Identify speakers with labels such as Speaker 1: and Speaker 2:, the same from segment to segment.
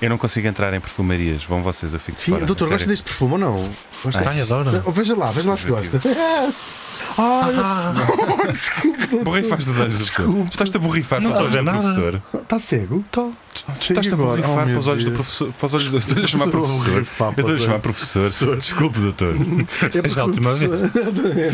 Speaker 1: Eu não consigo entrar em perfumarias. Vão vocês, eu fico de
Speaker 2: Sim,
Speaker 1: fora.
Speaker 2: doutor,
Speaker 1: a sério.
Speaker 2: gosta deste perfume ou não? Gosta? Ah,
Speaker 3: Ai, adoro.
Speaker 2: Veja lá, veja lá se gosta. Ah, Ai, desculpa.
Speaker 1: Borrifas dos olhos do professor. Estás-te a borrifar
Speaker 3: Não
Speaker 1: para os olhos
Speaker 3: estou a
Speaker 1: do
Speaker 3: ver nada.
Speaker 1: professor.
Speaker 2: Está tá cego? Ah, Estou.
Speaker 1: Estás-te a
Speaker 2: Oh,
Speaker 1: borrifar para os olhos do professor. Para os olhos do... Eu Estou-lhe a chamar
Speaker 2: Estou a
Speaker 1: professor.
Speaker 2: borrifar
Speaker 1: Eu
Speaker 2: para os
Speaker 1: estou a chamar
Speaker 2: olhos.
Speaker 1: professor. Desculpe, doutor.
Speaker 3: Seja a última vez.
Speaker 2: É porque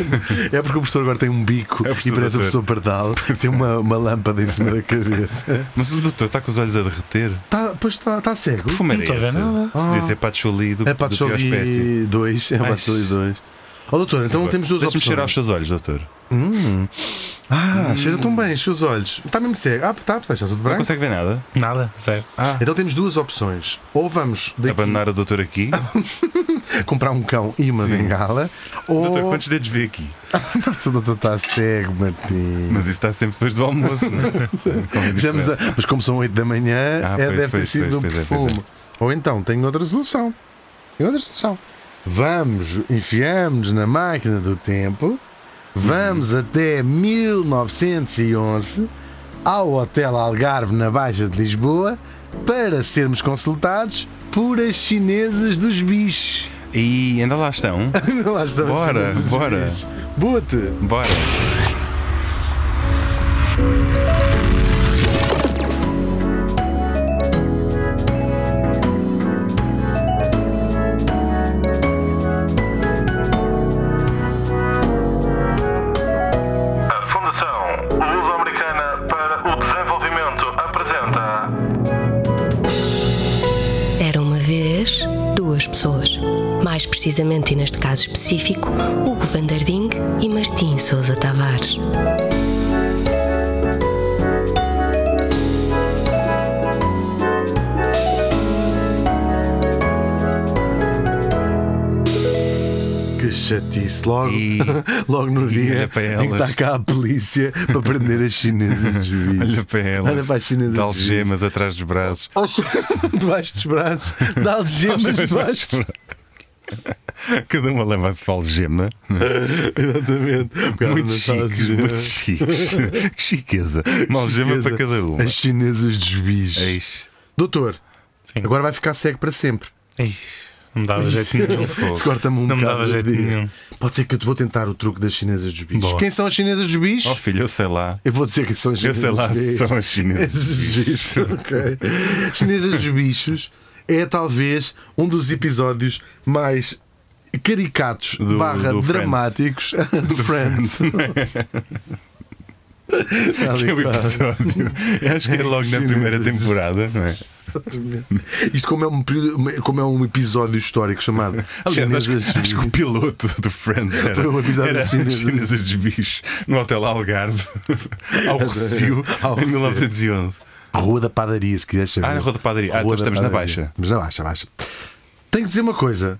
Speaker 2: o professor agora tem um bico
Speaker 1: É o
Speaker 2: e
Speaker 1: professor
Speaker 2: parece o
Speaker 1: doutor.
Speaker 2: professor é. Pardal. Tem uma, uma lâmpada em cima da cabeça.
Speaker 1: Mas o doutor está com os olhos a derreter.
Speaker 2: Tá, pois está tá cego.
Speaker 1: Perfumaria.
Speaker 3: Não estou a ver nada.
Speaker 1: Se devia ser patchouli do,
Speaker 2: É
Speaker 1: do pior espécie.
Speaker 2: Patchouli 2. É
Speaker 1: Ai.
Speaker 2: Patchouli 2. Ó doutor, então temos duas
Speaker 1: Deixa-me
Speaker 2: opções.
Speaker 1: cheirar aos seus olhos, doutor.
Speaker 2: Hum. Ah, cheira tão bem, enche os olhos. Está mesmo cego. Ah, tá, está tudo
Speaker 1: Não
Speaker 2: branco.
Speaker 1: consegue ver nada?
Speaker 3: Nada, sério.
Speaker 1: Ah,
Speaker 2: Então temos duas opções. Ou vamos daqui
Speaker 1: abandonar o doutor aqui.
Speaker 2: comprar um cão e uma
Speaker 1: Sim.
Speaker 2: bengala. Ou
Speaker 1: Doutor, quantos dedos vê aqui?
Speaker 2: o doutor está cego, Martim.
Speaker 1: Mas isso está sempre depois do almoço, não é? Como diz
Speaker 2: Vejamos
Speaker 1: ele.
Speaker 2: a- Mas como são 8 da manhã,
Speaker 1: Ah,
Speaker 2: é,
Speaker 1: pois,
Speaker 2: deve ter
Speaker 1: pois,
Speaker 2: sido
Speaker 1: pois,
Speaker 2: um
Speaker 1: pois é, pois
Speaker 2: perfume. Ou então tem outra solução. Tem outra solução. Vamos, enfiamos na máquina do tempo,
Speaker 1: Uhum.
Speaker 2: vamos até 1911 ao Hotel Algarve na Baixa de Lisboa para sermos consultados por as chinesas dos bichos.
Speaker 1: E ainda lá estão.
Speaker 2: Lá estão as
Speaker 1: Bora,
Speaker 2: chinesas dos
Speaker 1: bora.
Speaker 2: bichos. Bote!
Speaker 1: Bora.
Speaker 4: A Fundação Luso-Americana para o Desenvolvimento apresenta
Speaker 5: Era uma vez duas pessoas. Mais precisamente, e neste caso específico, Hugo Vanderding e Martim Sousa Tavares.
Speaker 2: Que chatice, logo,
Speaker 1: E-
Speaker 2: logo no dia
Speaker 1: olha para
Speaker 2: em que
Speaker 1: elas.
Speaker 2: está cá a polícia para prender as chinesas dos juízes.
Speaker 1: Olha para elas.
Speaker 2: Olha para as chinesas
Speaker 1: De
Speaker 2: dos juízes.
Speaker 1: algemas atrás dos braços.
Speaker 2: Alge- Debaixo dos braços, de algemas debaixo dos
Speaker 1: Cada uma leva-se para a algema.
Speaker 2: Exatamente. Porque elas
Speaker 1: Muito
Speaker 2: não sabem
Speaker 1: chiques, muito
Speaker 2: algemas.
Speaker 1: chiques. Que chiqueza. Uma algema
Speaker 2: Chiqueza.
Speaker 1: para cada uma. É
Speaker 2: As chinesas dos bichos.
Speaker 1: Eis.
Speaker 2: Doutor,
Speaker 3: Sim.
Speaker 2: agora vai ficar cego para sempre.
Speaker 3: Ei, não me dava jeito nenhum.
Speaker 2: Se corta-me um
Speaker 3: Não me
Speaker 2: bocado
Speaker 3: dava
Speaker 2: de
Speaker 3: jeito
Speaker 2: dia.
Speaker 3: nenhum.
Speaker 2: Pode ser que eu te vou tentar o truque das chinesas dos bichos.
Speaker 3: Boa.
Speaker 2: Quem são as chinesas dos bichos?
Speaker 1: Oh filho, eu sei lá.
Speaker 2: Eu vou dizer que são as
Speaker 1: Eu sei lá se
Speaker 2: chinesas.
Speaker 1: são as chinesas.
Speaker 2: Esses bichos, ok. Chinesas dos bichos é talvez um dos episódios mais caricatos
Speaker 1: Do-
Speaker 2: barra
Speaker 1: do Friends.
Speaker 2: dramáticos do, Friends. Está ali,
Speaker 1: Que é o
Speaker 2: pá.
Speaker 1: episódio. Eu acho que é logo na
Speaker 2: Chinesas.
Speaker 1: primeira temporada, não é?
Speaker 2: Exatamente. Isto como é, um, período- como é um episódio histórico chamado
Speaker 1: Aliás, acho,
Speaker 2: Chinesas
Speaker 1: que-
Speaker 2: dos
Speaker 1: acho que o
Speaker 2: Bichos.
Speaker 1: piloto do Friends era,
Speaker 2: Foi um episódio
Speaker 1: era
Speaker 2: das chinesas.
Speaker 1: as chinesas dos bichos no Hotel Algarve, ao Recio,
Speaker 2: Ao
Speaker 1: em
Speaker 2: Recio.
Speaker 1: 1911.
Speaker 2: Rua da Padaria, se quiseres saber.
Speaker 1: Ah, na Rua da Padaria. Ah, então
Speaker 2: Rua da
Speaker 1: estamos na
Speaker 2: Padaria.
Speaker 1: Baixa.
Speaker 2: Estamos na Baixa, Baixa. Tenho que dizer uma coisa.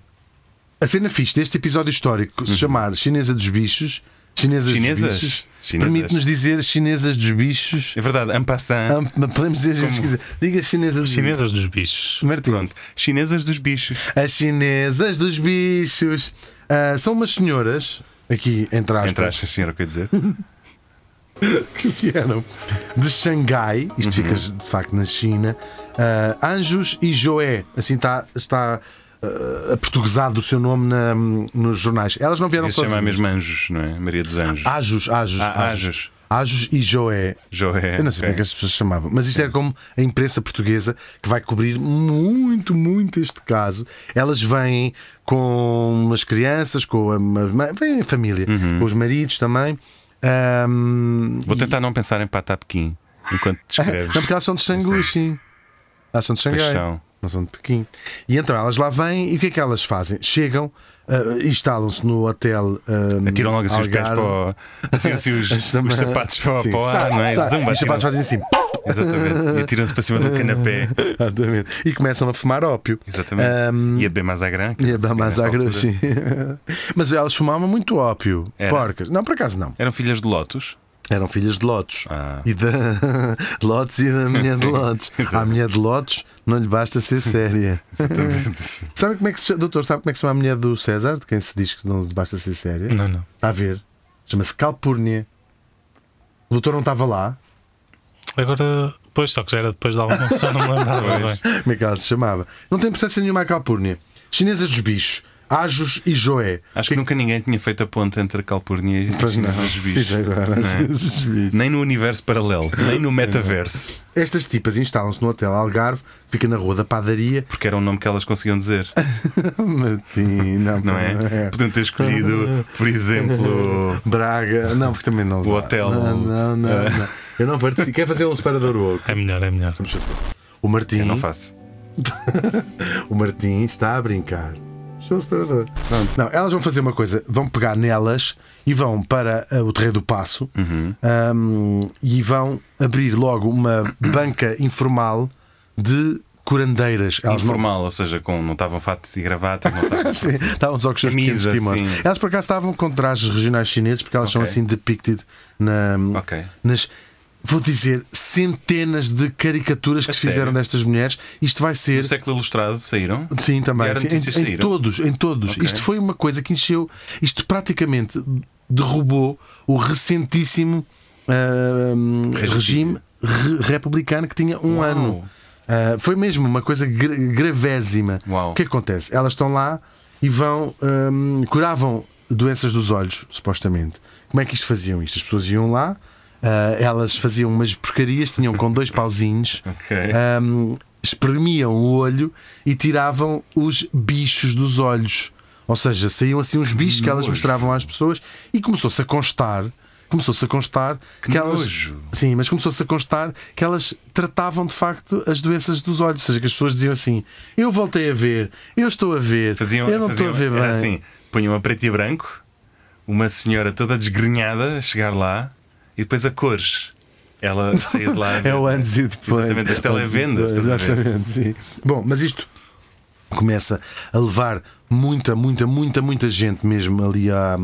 Speaker 2: A cena fixe deste episódio histórico, se chamar Chinesa dos Bichos, Chinesas,
Speaker 1: Uhum. Chinesas?
Speaker 2: dos Bichos,
Speaker 1: Chinesas.
Speaker 2: permite-nos dizer Chinesas dos Bichos.
Speaker 1: É verdade, en passant.
Speaker 2: Am- podemos dizer
Speaker 1: Como?
Speaker 2: se quiser. Diga Chinesas dos Bichos.
Speaker 3: Chinesas dos bichos.
Speaker 2: Martim.
Speaker 1: Pronto, chinesas dos bichos.
Speaker 2: As Chinesas dos Bichos ah, são umas senhoras, aqui entre aspas,
Speaker 1: Entre aspas, senhora, quer dizer.
Speaker 2: que vieram de Xangai, isto fica
Speaker 1: Uhum.
Speaker 2: de facto na China, ah, Anjos e Joé, assim está, está ah, aportuguesado o seu nome na- nos jornais. Elas não vieram
Speaker 1: Não se chama
Speaker 2: sozinhas.
Speaker 1: mesmo Anjos, não é? Maria dos Anjos.
Speaker 2: Ajos, Ajos,
Speaker 1: Ah,
Speaker 2: Ajos.
Speaker 1: Ajos.
Speaker 2: Ajos e Joé.
Speaker 1: Joé.
Speaker 2: Eu não sei como é
Speaker 1: ok.
Speaker 2: que as pessoas chamavam, mas isto era como a imprensa portuguesa que vai cobrir muito, muito este caso. Elas vêm com as crianças, com a, as mães- vêm a família,
Speaker 1: Uhum.
Speaker 2: com os maridos também. Ahm,
Speaker 1: Vou tentar não pensar em Patapquim enquanto descreves.
Speaker 2: Não, porque elas são de Xangui,
Speaker 1: Sim.
Speaker 2: sim. Elas são de
Speaker 1: Pois
Speaker 2: Xangai.
Speaker 1: são.
Speaker 2: Não são de Pequim. E então elas lá vêm e o que é que elas fazem? Chegam, ah, instalam-se no hotel. ah,
Speaker 1: Tiram logo assim os pés
Speaker 2: Algarve.
Speaker 1: para o, assim, assim os,
Speaker 2: As tam-
Speaker 1: os sapatos para,
Speaker 2: Sim,
Speaker 1: para o ar,
Speaker 2: sai,
Speaker 1: não é?
Speaker 2: sai.
Speaker 1: Zumba,
Speaker 2: Os sapatos
Speaker 1: tiram-se.
Speaker 2: fazem assim.
Speaker 1: Exatamente. E atiram-se para cima do canapé.
Speaker 2: Exatamente. E começam a fumar ópio.
Speaker 1: Exatamente.
Speaker 2: Ahm,
Speaker 1: e a beber mais à grã. que
Speaker 2: e a
Speaker 1: se vê nessa
Speaker 2: Bamazagra,
Speaker 1: altura.
Speaker 2: sim. Mas elas fumavam muito ópio.
Speaker 1: Era?
Speaker 2: Porcas. Não, por acaso não.
Speaker 1: Eram filhas de Lotus.
Speaker 2: Eram filhas de Lotus.
Speaker 1: Ah.
Speaker 2: E da de Lotus e da mulher de
Speaker 1: Sim.
Speaker 2: Lotus. A mulher de Lotus não lhe basta ser séria.
Speaker 1: Exatamente.
Speaker 2: Sabe como é que se chama, doutor, sabe como é que se chama a mulher do César, de quem se diz que não basta ser séria?
Speaker 3: Não, não.
Speaker 2: Está a ver? Chama-se Calpurnia. O doutor não estava lá.
Speaker 3: Agora depois, só que já era depois de algum só não me lembrava bem.
Speaker 2: Como é que ela se chamava? Não tem importância nenhuma a Calpurnia. Chinesa dos bichos, Ajos e Joé.
Speaker 1: Acho que nunca ninguém tinha feito a ponte entre a Calpurnia e
Speaker 2: Pois não,
Speaker 1: os bichos.
Speaker 2: Diz agora,
Speaker 1: Não é?
Speaker 2: as chinesas dos bichos.
Speaker 1: Nem no universo paralelo, nem no metaverso,
Speaker 2: Estas tipas instalam-se no Hotel Algarve, fica na Rua da Padaria.
Speaker 1: porque era o nome que elas conseguiam dizer,
Speaker 2: Martim, não,
Speaker 1: não é? Podiam ter escolhido, por exemplo,
Speaker 2: Braga, não, porque também não. dá.
Speaker 1: hotel. É.
Speaker 2: Não, não, não. não. Eu não participo. Quer fazer um separador oco?
Speaker 3: É melhor, é melhor.
Speaker 2: Vamos fazer. O Martim,
Speaker 1: não faço.
Speaker 2: o Martim está a brincar. Show separador. Pronto. Não, elas vão fazer uma coisa, vão pegar nelas e vão para ah, o Terreiro do Passo
Speaker 1: Uhum.
Speaker 2: ahm, e vão abrir logo uma banca informal de curandeiras. Elas não-
Speaker 1: Informal, ou seja, com, não estavam fatos e gravata, não estavam.
Speaker 2: Sim, estavam só com os seus
Speaker 1: Camisa,
Speaker 2: pequenos kimonos.
Speaker 1: sim.
Speaker 2: Elas por acaso estavam com trajes regionais chineses porque elas são
Speaker 1: Ok.
Speaker 2: assim depicted na,
Speaker 1: Ok.
Speaker 2: nas, vou dizer, centenas de caricaturas que
Speaker 1: A
Speaker 2: se fizeram
Speaker 1: sério?
Speaker 2: destas mulheres. Isto vai ser.
Speaker 1: No século ilustrado saíram?
Speaker 2: Sim, também.
Speaker 1: Era
Speaker 2: sim,
Speaker 1: notícias
Speaker 2: em, em
Speaker 1: saíram?
Speaker 2: todos, em todos.
Speaker 1: Ok.
Speaker 2: Isto foi uma coisa que encheu. Isto praticamente derrubou o recentíssimo ah, regime
Speaker 1: Regime.
Speaker 2: re- republicano que tinha um
Speaker 1: Uau.
Speaker 2: ano. Ah, foi mesmo uma coisa gra- gravésima.
Speaker 1: Uau.
Speaker 2: O que é que acontece? Elas estão lá e vão. ah, curavam doenças dos olhos, supostamente. Como é que isto faziam isto? As pessoas iam lá, ah, elas faziam umas porcarias, tinham com dois pauzinhos.
Speaker 1: Ok.
Speaker 2: Ahm, espremiam o olho e tiravam os bichos dos olhos. Ou seja, saíam assim uns bichos que elas
Speaker 1: Nojo.
Speaker 2: mostravam às pessoas e começou-se a constar. Começou-se a constar que, elas.
Speaker 1: nojo.
Speaker 2: Sim, mas começou-se a constar que elas tratavam de facto as doenças dos olhos. Ou seja, que as pessoas diziam assim: Eu voltei a ver, eu estou a ver,
Speaker 1: Faziam,
Speaker 2: eu não
Speaker 1: faziam,
Speaker 2: estou a ver bem.
Speaker 1: era assim, punham a preto e branco, uma senhora toda desgrenhada a chegar lá e depois a cores. Ela saiu de lá. né?
Speaker 2: É o antes e depois.
Speaker 1: Exatamente, das
Speaker 2: É o antes e
Speaker 1: televendas,
Speaker 2: depois,
Speaker 1: estás a ver?
Speaker 2: Exatamente, sim. Bom, mas isto começa a levar muita, muita, muita, muita gente mesmo ali à-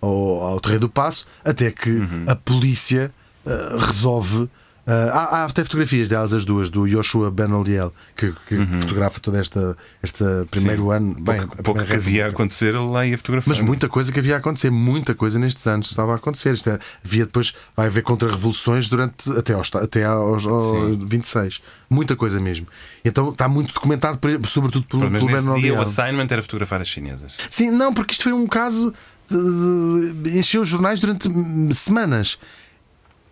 Speaker 2: ao, ao Terreiro do Passo, até que
Speaker 1: Uhum.
Speaker 2: a polícia ah, resolve. ah, há, há até fotografias delas, as duas, do Yoshua Ben Oliel, que, que fotografa toda esta, esta primeiro ano. Bem, a
Speaker 1: Uhum. pouco pouco
Speaker 2: primeira
Speaker 1: que havia a
Speaker 2: República.
Speaker 1: acontecer, ele lá ia fotografar.
Speaker 2: Mas muita coisa que havia a acontecer, muita coisa nestes anos estava a acontecer. Isto é, havia depois, vai haver contra-revoluções durante até aos, até aos, aos
Speaker 1: Sim.
Speaker 2: 26. Muita coisa mesmo. Então está muito documentado, por- sobretudo pelo,
Speaker 1: Mas
Speaker 2: pelo
Speaker 1: nesse
Speaker 2: Bernardo
Speaker 1: dia assim, o
Speaker 2: Leal.
Speaker 1: assignment era fotografar as chinesas.
Speaker 2: Sim, não, porque isto foi um caso. de- de- encheu os jornais durante hum, semanas.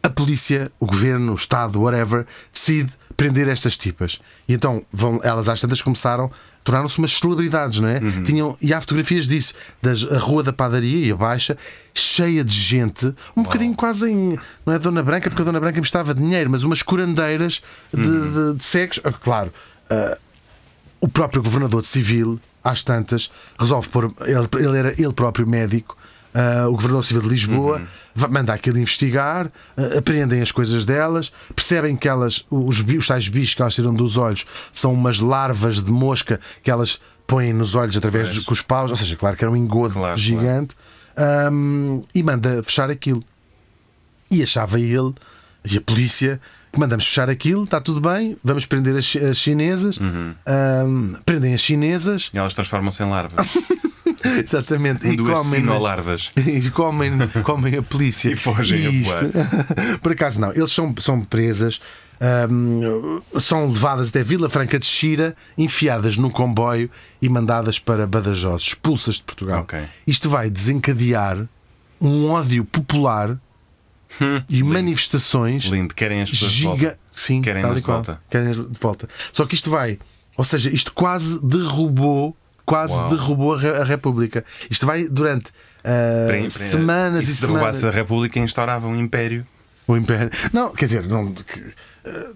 Speaker 2: A polícia, o governo, o Estado, whatever, decide prender estas tipas. E então vão, elas às tantas começaram, tornaram-se umas celebridades, não é? Tinham, e há fotografias disso, das, a rua da padaria e a baixa, cheia de gente, um bocadinho quase em. Não é Dona Branca, porque a Dona Branca emprestava dinheiro, mas umas curandeiras de, de, de cegos. Ah, Claro, o próprio governador civil, às tantas, resolve pôr. Ele, ele era ele próprio médico, ah, o governador civil de Lisboa,
Speaker 1: Uhum.
Speaker 2: va- manda aquilo investigar, ah, apreendem as coisas delas, percebem que elas, os, bi- os tais bichos que elas tiram dos olhos, são umas larvas de mosca que elas põem nos olhos através dos com os paus, ou seja, claro que era um engodo
Speaker 1: Claro,
Speaker 2: gigante, ahm, e manda fechar aquilo. E achava ele e a polícia que mandamos fechar aquilo, está tudo bem, vamos prender as, chi- as chinesas. Ahm, prendem as chinesas,
Speaker 1: E elas transformam-se em larvas.
Speaker 2: exatamente,
Speaker 1: Um
Speaker 2: e
Speaker 1: duas
Speaker 2: comem.
Speaker 1: sinolarvas.
Speaker 2: E comem, comem a polícia.
Speaker 1: E fogem a
Speaker 2: Por acaso não, eles são, são presas, ahm, são levadas até Vila Franca de Xira, enfiadas num comboio e mandadas para Badajoz, expulsas de Portugal.
Speaker 1: Ok.
Speaker 2: Isto vai desencadear um ódio popular e manifestações
Speaker 1: Hum. Lindo, querem as pessoas de volta.
Speaker 2: giga. Sim,
Speaker 1: Querem
Speaker 2: tal
Speaker 1: eles
Speaker 2: e
Speaker 1: de
Speaker 2: qual.
Speaker 1: volta.
Speaker 2: Querem eles de volta. Só que isto vai, ou seja, isto quase derrubou, quase
Speaker 1: Uau.
Speaker 2: derrubou a, re- a República. Isto vai durante ah,
Speaker 1: Prem- prem-
Speaker 2: semanas
Speaker 1: e
Speaker 2: e,
Speaker 1: se
Speaker 2: semanas.
Speaker 1: derrubasse a República, instaurava um império.
Speaker 2: O Império. Não, quer dizer, não, que, ah,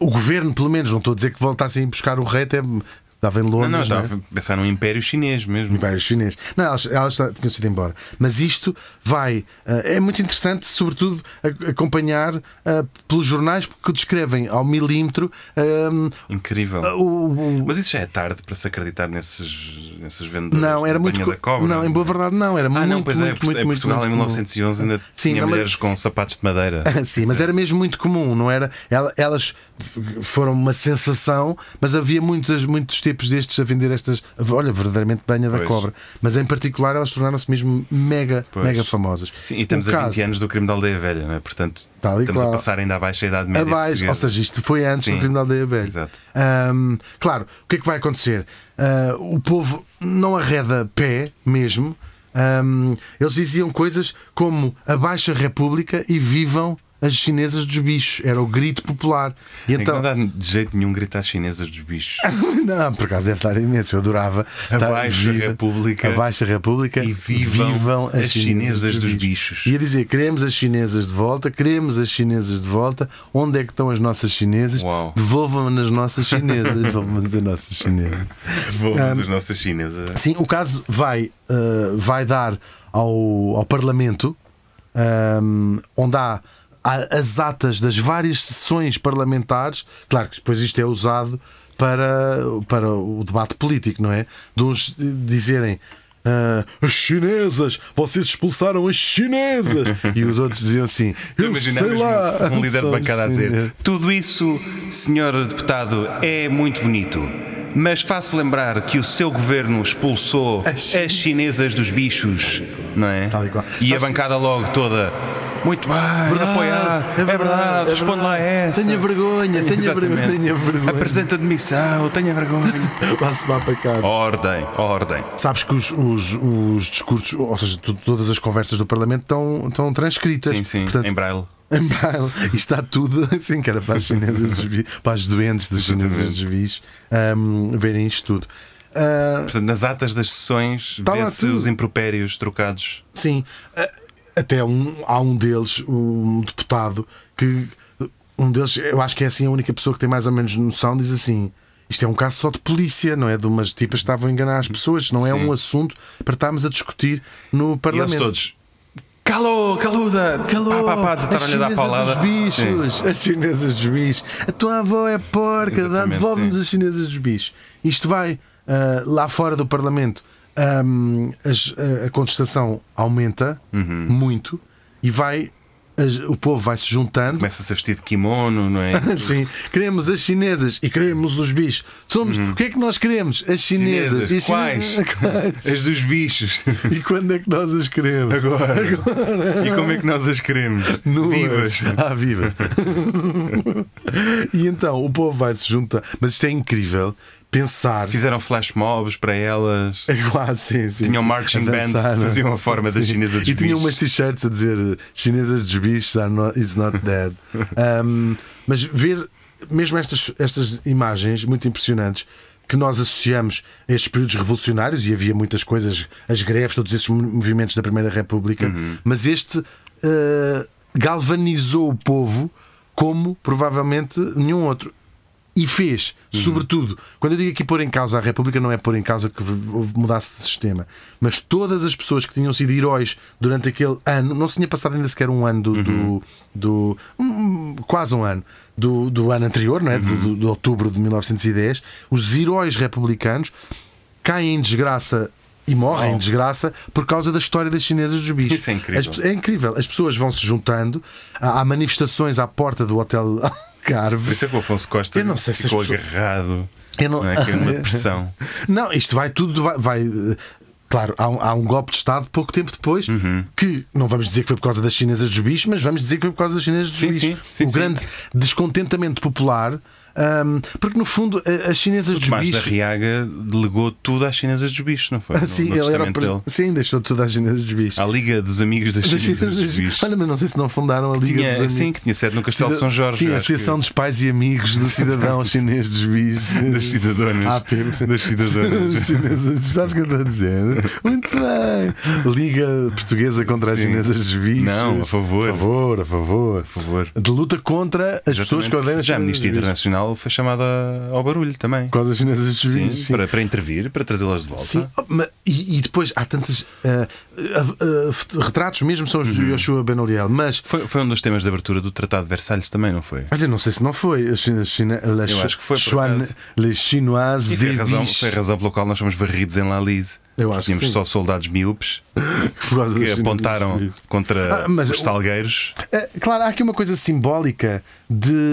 Speaker 2: o governo, pelo menos, não estou a dizer que voltassem a ir buscar o rei até. hum, Estava em
Speaker 1: Não,
Speaker 2: Londres.
Speaker 1: não,
Speaker 2: não é?
Speaker 1: estava a pensar num império chinês mesmo.
Speaker 2: Império Chinês. Não, elas, elas já tinham sido embora. Mas isto vai. eh, é muito interessante, sobretudo, a- acompanhar eh, pelos jornais que descrevem ao milímetro eh,
Speaker 1: Incrível.
Speaker 2: o. o-
Speaker 1: Mas isso já é tarde para se acreditar nesses, nesses vendedores.
Speaker 2: não, era
Speaker 1: de
Speaker 2: muito.
Speaker 1: banha da cobra. é?
Speaker 2: não, em boa verdade, não. Era
Speaker 1: Ah,
Speaker 2: muito.
Speaker 1: não, pois é,
Speaker 2: muito, muito,
Speaker 1: é
Speaker 2: muito,
Speaker 1: Portugal
Speaker 2: muito
Speaker 1: em
Speaker 2: comum.
Speaker 1: 1911 ainda
Speaker 2: Sim,
Speaker 1: tinha
Speaker 2: não, mas-
Speaker 1: mulheres com sapatos de madeira.
Speaker 2: Sim, mas era mesmo muito comum, não era? Ela- Elas foram uma sensação, mas havia muitas, muitos tipos destes a vender estas, olha, verdadeiramente banha da
Speaker 1: Pois.
Speaker 2: cobra. Mas em particular elas tornaram-se mesmo mega,
Speaker 1: Pois.
Speaker 2: mega famosas.
Speaker 1: Sim, e estamos
Speaker 2: Um
Speaker 1: a
Speaker 2: caso-
Speaker 1: 20 anos do crime da aldeia velha, não é? Portanto,
Speaker 2: Tal e
Speaker 1: Estamos
Speaker 2: qual.
Speaker 1: a passar ainda abaixo a idade média.
Speaker 2: Abaixo,
Speaker 1: portuguesa.
Speaker 2: ou seja, isto foi antes
Speaker 1: Sim.
Speaker 2: do crime da aldeia velha.
Speaker 1: Exato.
Speaker 2: Ahm, claro, o que é que vai acontecer? Ah, o povo não arreda pé mesmo. Ahm, eles diziam coisas como abaixo a República e vivam as chinesas dos bichos. Era o grito popular. E
Speaker 1: É que
Speaker 2: então,
Speaker 1: Não dá de jeito nenhum gritar chinesas dos bichos.
Speaker 2: não, por acaso deve estar imenso. Eu adorava. estar-
Speaker 1: Abaixo a República
Speaker 2: Abaixo a República
Speaker 1: e vivam as chinesas dos bichos.
Speaker 2: Ia dizer, queremos as chinesas de volta, queremos as chinesas de volta. Onde é que estão as nossas chinesas?
Speaker 1: Uau.
Speaker 2: Devolvam-me as nossas chinesas. Devolvam-nos as nossas chinesas.
Speaker 1: Vou
Speaker 2: Ah,
Speaker 1: as nossas chinesas.
Speaker 2: Sim, o caso vai, eh, vai dar ao, ao Parlamento, ahm, onde há a- as atas das várias sessões parlamentares. Claro que depois isto é usado para, para o debate político, não é? De uns dizerem. "Ah, as chinesas, vocês expulsaram as chinesas e os outros diziam assim.
Speaker 1: Tu
Speaker 2: Eu
Speaker 1: imaginas
Speaker 2: sei
Speaker 1: mesmo
Speaker 2: lá,
Speaker 1: um líder de
Speaker 2: são
Speaker 1: bancada a
Speaker 2: chinesas."
Speaker 1: dizer Tudo isso, senhor deputado, é muito bonito Mas faço lembrar que o seu governo expulsou
Speaker 2: As
Speaker 1: as chinesas dos bichos Não é?
Speaker 2: Tal e qual.
Speaker 1: E a
Speaker 2: Sabes que-
Speaker 1: bancada logo toda Muito bem, apoiado, é verdade,
Speaker 2: é
Speaker 1: responde lá a essa
Speaker 2: Tenha vergonha, tenha
Speaker 1: Exatamente.
Speaker 2: vergonha, tenha vergonha.
Speaker 1: Apresenta demissão, tenha vergonha
Speaker 2: Vá-se lá para casa.
Speaker 1: Ordem, ordem
Speaker 2: Sabes que os, os- os discursos, ou seja, tu- todas as conversas do Parlamento estão, estão transcritas.
Speaker 1: Sim, sim,
Speaker 2: Portanto,
Speaker 1: em braille
Speaker 2: em braille. E está tudo assim, que era para as chinesas dos bichos, para as doentes dos chinesas dos bichos ahm, verem isto tudo. Ah,
Speaker 1: Portanto, nas atas das sessões
Speaker 2: Tá lá
Speaker 1: Vê-se
Speaker 2: tudo.
Speaker 1: os impropérios trocados
Speaker 2: Sim. A- Até um, há um deles, um deputado, que um deles, eu acho que é assim a única pessoa que tem mais ou menos noção, diz assim: isto é um caso só de polícia, não é? De umas tipas que estavam a enganar as pessoas, não é
Speaker 1: Hum, Sim.
Speaker 2: um assunto para estarmos a discutir no
Speaker 1: E eles
Speaker 2: Parlamento.
Speaker 1: todos Calou, caluda,
Speaker 2: Calou,
Speaker 1: Ah, pá, pá, pá, desataram-lhe a dar paulada
Speaker 2: As chinesas dos bichos, as chinesas dos bichos. A tua avó é porca, dá-
Speaker 1: Exatamente,
Speaker 2: devolve-nos
Speaker 1: sim.
Speaker 2: as chinesas dos bichos. Isto vai ah, lá fora do Parlamento. ahm, as- a- a contestação aumenta
Speaker 1: Uhum.
Speaker 2: muito e vai. as- o povo vai se juntando
Speaker 1: Começa-se a vestir de kimono, não é?
Speaker 2: Sim, queremos as chinesas e queremos os bichos. Somos, o que é que nós queremos? As chinesas. E
Speaker 1: Uhum. Chinesas. Quais? As dos bichos.
Speaker 2: E quando é que nós as queremos?
Speaker 1: Agora. E como é que nós as queremos?
Speaker 2: Nuas.
Speaker 1: Vivas.
Speaker 2: Ah, vivas. e então o povo vai se juntar. Mas isto é incrível pensar.
Speaker 1: Fizeram flash mobs para elas.
Speaker 2: É quase, sim, sim,
Speaker 1: Tinham
Speaker 2: sim.
Speaker 1: marching
Speaker 2: A
Speaker 1: bands
Speaker 2: dançar,
Speaker 1: que
Speaker 2: não é?
Speaker 1: faziam a forma da chinesa dos
Speaker 2: E tinham
Speaker 1: bichos.
Speaker 2: umas t-shirts a dizer chinesas dos bichos are not, is not dead. Um, mas ver mesmo estas, estas imagens muito impressionantes que nós associamos a estes períodos revolucionários e havia muitas coisas, as greves, todos esses mo- movimentos da Primeira República,
Speaker 1: Uhum.
Speaker 2: mas este eh, galvanizou o povo como provavelmente nenhum outro. E fez,
Speaker 1: Uhum.
Speaker 2: sobretudo, quando eu digo aqui pôr em causa a República, não é pôr em causa que v- mudasse de sistema, mas todas as pessoas que tinham sido heróis durante aquele ano, não se tinha passado ainda sequer um ano do.
Speaker 1: Uhum.
Speaker 2: do, do- hum, quase um ano do, do ano anterior, não é?
Speaker 1: Uhum.
Speaker 2: Do- do- de outubro de 1910, os heróis republicanos caem em desgraça e morrem em desgraça por causa da história das chinesas dos bichos.
Speaker 1: Isso é incrível.
Speaker 2: As pe- é incrível. As pessoas vão se juntando, há há manifestações à porta do Hotel
Speaker 1: Por
Speaker 2: Algarve.
Speaker 1: isso é que o Afonso Costa
Speaker 2: Eu não sei se as
Speaker 1: ficou
Speaker 2: pessoas-
Speaker 1: agarrado.
Speaker 2: Eu não-
Speaker 1: é? Caiu numa depressão.
Speaker 2: Não, isto vai tudo. Vai, vai, eh, claro, há um, há um golpe de Estado pouco tempo depois
Speaker 1: Uhum.
Speaker 2: que não vamos dizer que foi por causa das chinesas dos bichos, mas vamos dizer que foi por causa das chinesas dos
Speaker 1: Sim,
Speaker 2: bichos.
Speaker 1: sim, sim,
Speaker 2: o
Speaker 1: sim.
Speaker 2: grande descontentamento popular. ahm, porque no fundo a- as chinesas dos
Speaker 1: Tomás da
Speaker 2: bichos.
Speaker 1: Riaga delegou tudo às chinesas dos bichos, não foi? No-
Speaker 2: Sim,
Speaker 1: no
Speaker 2: ele era o
Speaker 1: testamento
Speaker 2: pres-
Speaker 1: dele.
Speaker 2: Sim, deixou tudo às chinesas dos bichos.
Speaker 1: A Liga dos Amigos das
Speaker 2: Das
Speaker 1: Chinesas dos Bichos.
Speaker 2: Olha, mas não sei se não fundaram a Liga
Speaker 1: Tinha-
Speaker 2: dos Amigos.
Speaker 1: sim, que tinha sede no Castelo de
Speaker 2: Cida-
Speaker 1: São Jorge.
Speaker 2: Sim, a
Speaker 1: acho que-
Speaker 2: Associação dos Pais e Amigos do Cidadão Chinês dos Bichos.
Speaker 1: Das cidadonas.
Speaker 2: APB.
Speaker 1: Das cidadonas.
Speaker 2: chinesas, sabes o que eu estou a dizer? Muito bem. Liga Portuguesa contra as
Speaker 1: Sim.
Speaker 2: Chinesas dos Bichos.
Speaker 1: Não, a favor.
Speaker 2: A favor, a favor.
Speaker 1: Por favor.
Speaker 2: De luta contra as pessoas que odeiam as
Speaker 1: Já é a
Speaker 2: Chinesas
Speaker 1: Amnistia
Speaker 2: dos Bichos.
Speaker 1: Internacional foi chamada ao barulho também.
Speaker 2: Por causa das Chinesas dos
Speaker 1: Sim,
Speaker 2: Bichos. sim.
Speaker 1: Para, para intervir, para trazê-las de volta.
Speaker 2: Sim, ma- e, e depois há tantos ah, ah, ah, f- retratos, mesmo são os
Speaker 1: Uhum.
Speaker 2: de Yoshua Ben Oliel, mas
Speaker 1: Foi, foi um dos temas de abertura do Tratado de Versalhes também, não foi?
Speaker 2: Olha, não sei se não foi. As china, china, les,
Speaker 1: Eu acho que foi, por
Speaker 2: chuan-
Speaker 1: acaso.
Speaker 2: les chinoises
Speaker 1: E
Speaker 2: de
Speaker 1: foi a, razão,
Speaker 2: biche.
Speaker 1: foi a razão pela qual nós fomos varridos em Lalise.
Speaker 2: Eu acho que
Speaker 1: Tínhamos
Speaker 2: sim.
Speaker 1: só soldados miúpes
Speaker 2: Por causa
Speaker 1: que
Speaker 2: das chinesas dos
Speaker 1: apontaram
Speaker 2: bichos.
Speaker 1: contra
Speaker 2: Ah, mas
Speaker 1: os
Speaker 2: o-
Speaker 1: salgueiros.
Speaker 2: É, claro, há aqui uma coisa simbólica de.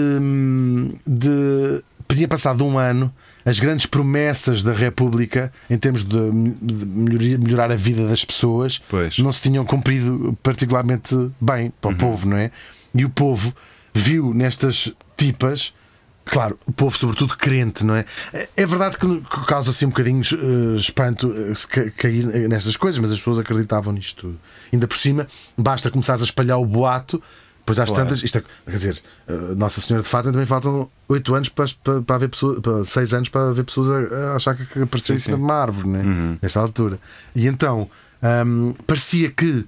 Speaker 2: de tinha passado um ano, as grandes promessas da República em termos de, hum, de melhoria- melhorar a vida das pessoas
Speaker 1: Pois.
Speaker 2: não se tinham cumprido particularmente bem para o povo, não é? E o povo viu nestas tipas. Claro, o povo, sobretudo crente, não é? É- É verdade que que causa assim um bocadinho eh, espanto eh, se ca- cair nestas coisas, mas as pessoas acreditavam nisto tudo. Ainda por cima, basta começares a espalhar o boato, pois às
Speaker 1: Claro.
Speaker 2: tantas. Isto é, quer dizer, eh, Nossa Senhora de Fátima também faltam 8 anos para, as- para, para haver pessoas, para 6 anos para haver pessoas a, a achar que apareceu em
Speaker 1: Sim,
Speaker 2: cima
Speaker 1: sim. Uhum.
Speaker 2: de uma árvore, né? Nesta altura. E então, hum, parecia que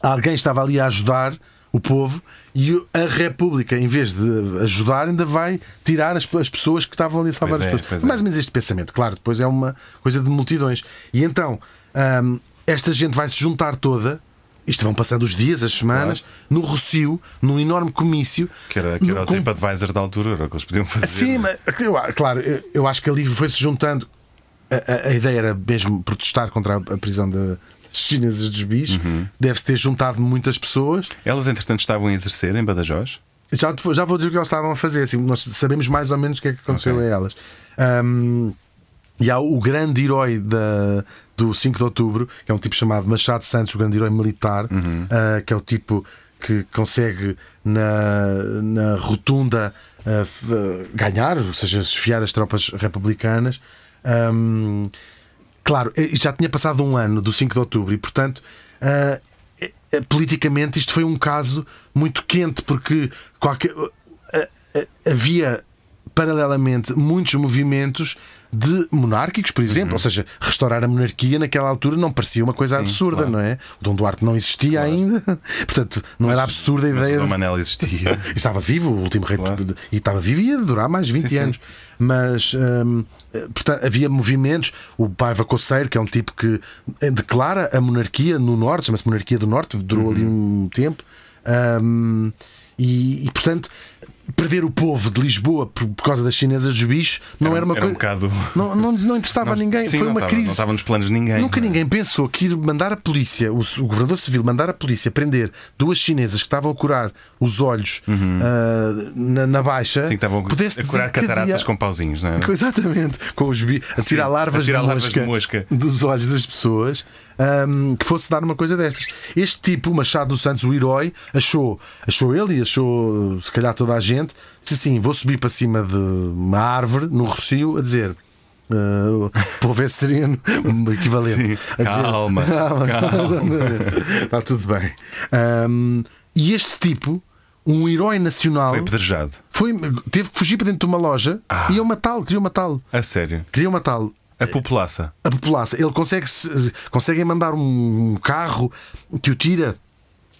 Speaker 2: alguém estava ali a ajudar o povo e o- a República, em vez de ajudar, ainda vai tirar as, as pessoas que estavam ali a salvar
Speaker 1: Pois
Speaker 2: as
Speaker 1: é,
Speaker 2: pessoas.
Speaker 1: pois é.
Speaker 2: Mais ou menos este pensamento, claro, depois é uma coisa de multidões. E então, hum, esta gente vai se juntar toda. Isto vão passando os dias, as semanas, no Rocio, num enorme comício.
Speaker 1: Que era, que era o tipo
Speaker 2: com-
Speaker 1: TripAdvisor da altura, era o que eles podiam fazer.
Speaker 2: Sim, mas, eu a- claro, eu, eu acho que ali foi-se juntando. A, a- a ideia era mesmo protestar contra a, a prisão da- das chinesas dos bichos.
Speaker 1: Uhum.
Speaker 2: Deve-se ter juntado muitas pessoas.
Speaker 1: Elas, entretanto, estavam a exercer em Badajoz.
Speaker 2: Já, te vou- já vou dizer o que elas estavam a fazer. Assim, nós sabemos mais ou menos o que é que aconteceu
Speaker 1: Ok.
Speaker 2: a elas. Ahm, e há o grande herói da, do 5 de outubro, que é um tipo chamado Machado Santos, o grande herói militar, ah, que é o tipo que consegue na, na rotunda ah, f- ah, ganhar, ou seja, desfiar as tropas republicanas. Ahm, Claro, eh, já tinha passado um ano do 5 de outubro e, portanto, ah, eh, eh, politicamente isto foi um caso muito quente, porque qualquer- ah, ah, havia paralelamente muitos movimentos de monárquicos, por exemplo,
Speaker 1: Uhum.
Speaker 2: ou seja, restaurar a monarquia naquela altura não parecia uma coisa absurda, não é? O Dom Duarte não existia ainda, portanto, não era absurda a
Speaker 1: Mas
Speaker 2: ideia.
Speaker 1: o
Speaker 2: de-
Speaker 1: Dom Manel existia.
Speaker 2: e estava vivo, o último rei.
Speaker 1: Claro.
Speaker 2: de- E estava vivo e ia durar mais de 20
Speaker 1: Sim, sim.
Speaker 2: anos. Mas, hum, eh, portanto, havia movimentos. O Paiva Coceiro, que é um tipo que eh, declara a monarquia no Norte, chama-se Monarquia do Norte, durou ali
Speaker 1: Uhum.
Speaker 2: um tempo. Hum, e, e, portanto, perder o povo de Lisboa por, por causa das chinesas dos bichos não era,
Speaker 1: Era um-
Speaker 2: uma
Speaker 1: era um
Speaker 2: coisa.
Speaker 1: bocado-
Speaker 2: Não, não, não interessava a
Speaker 1: Não-
Speaker 2: ninguém.
Speaker 1: sim,
Speaker 2: Foi
Speaker 1: não
Speaker 2: uma
Speaker 1: estava-
Speaker 2: crise.
Speaker 1: Não estava nos planos de ninguém.
Speaker 2: Nunca ninguém pensou que ir mandar a polícia, o, o governador civil, mandar a polícia prender duas chinesas que estavam a curar os olhos ah, na, na baixa.
Speaker 1: Uhum. Sim, que estavam
Speaker 2: pudesse
Speaker 1: a curar cataratas
Speaker 2: desencadear-
Speaker 1: com pauzinhos, não é?
Speaker 2: Com- Exatamente, com os bi... a tirar
Speaker 1: Sim,
Speaker 2: larvas,
Speaker 1: a tirar
Speaker 2: de,
Speaker 1: larvas
Speaker 2: mosca
Speaker 1: de mosca.
Speaker 2: dos olhos das pessoas ahm, que fosse dar uma coisa destas. Este tipo, o Machado dos Santos, o herói, achou, achou ele e achou se calhar toda a gente, disse assim: vou subir para cima de uma árvore no Rocio a dizer. Uh, povo é sereno, um equivalente.
Speaker 1: Sim,
Speaker 2: A dizer,
Speaker 1: calma, calma.
Speaker 2: Está tudo bem. Ahm, e este tipo, um herói nacional,
Speaker 1: Foi apedrejado.
Speaker 2: foi- teve que fugir para dentro de uma loja
Speaker 1: Ah.
Speaker 2: e iam matá-lo, queriam matá-lo.
Speaker 1: A sério.
Speaker 2: Queriam matá-lo.
Speaker 1: A populaça.
Speaker 2: A população, ele consegue conseguem mandar um carro que o tira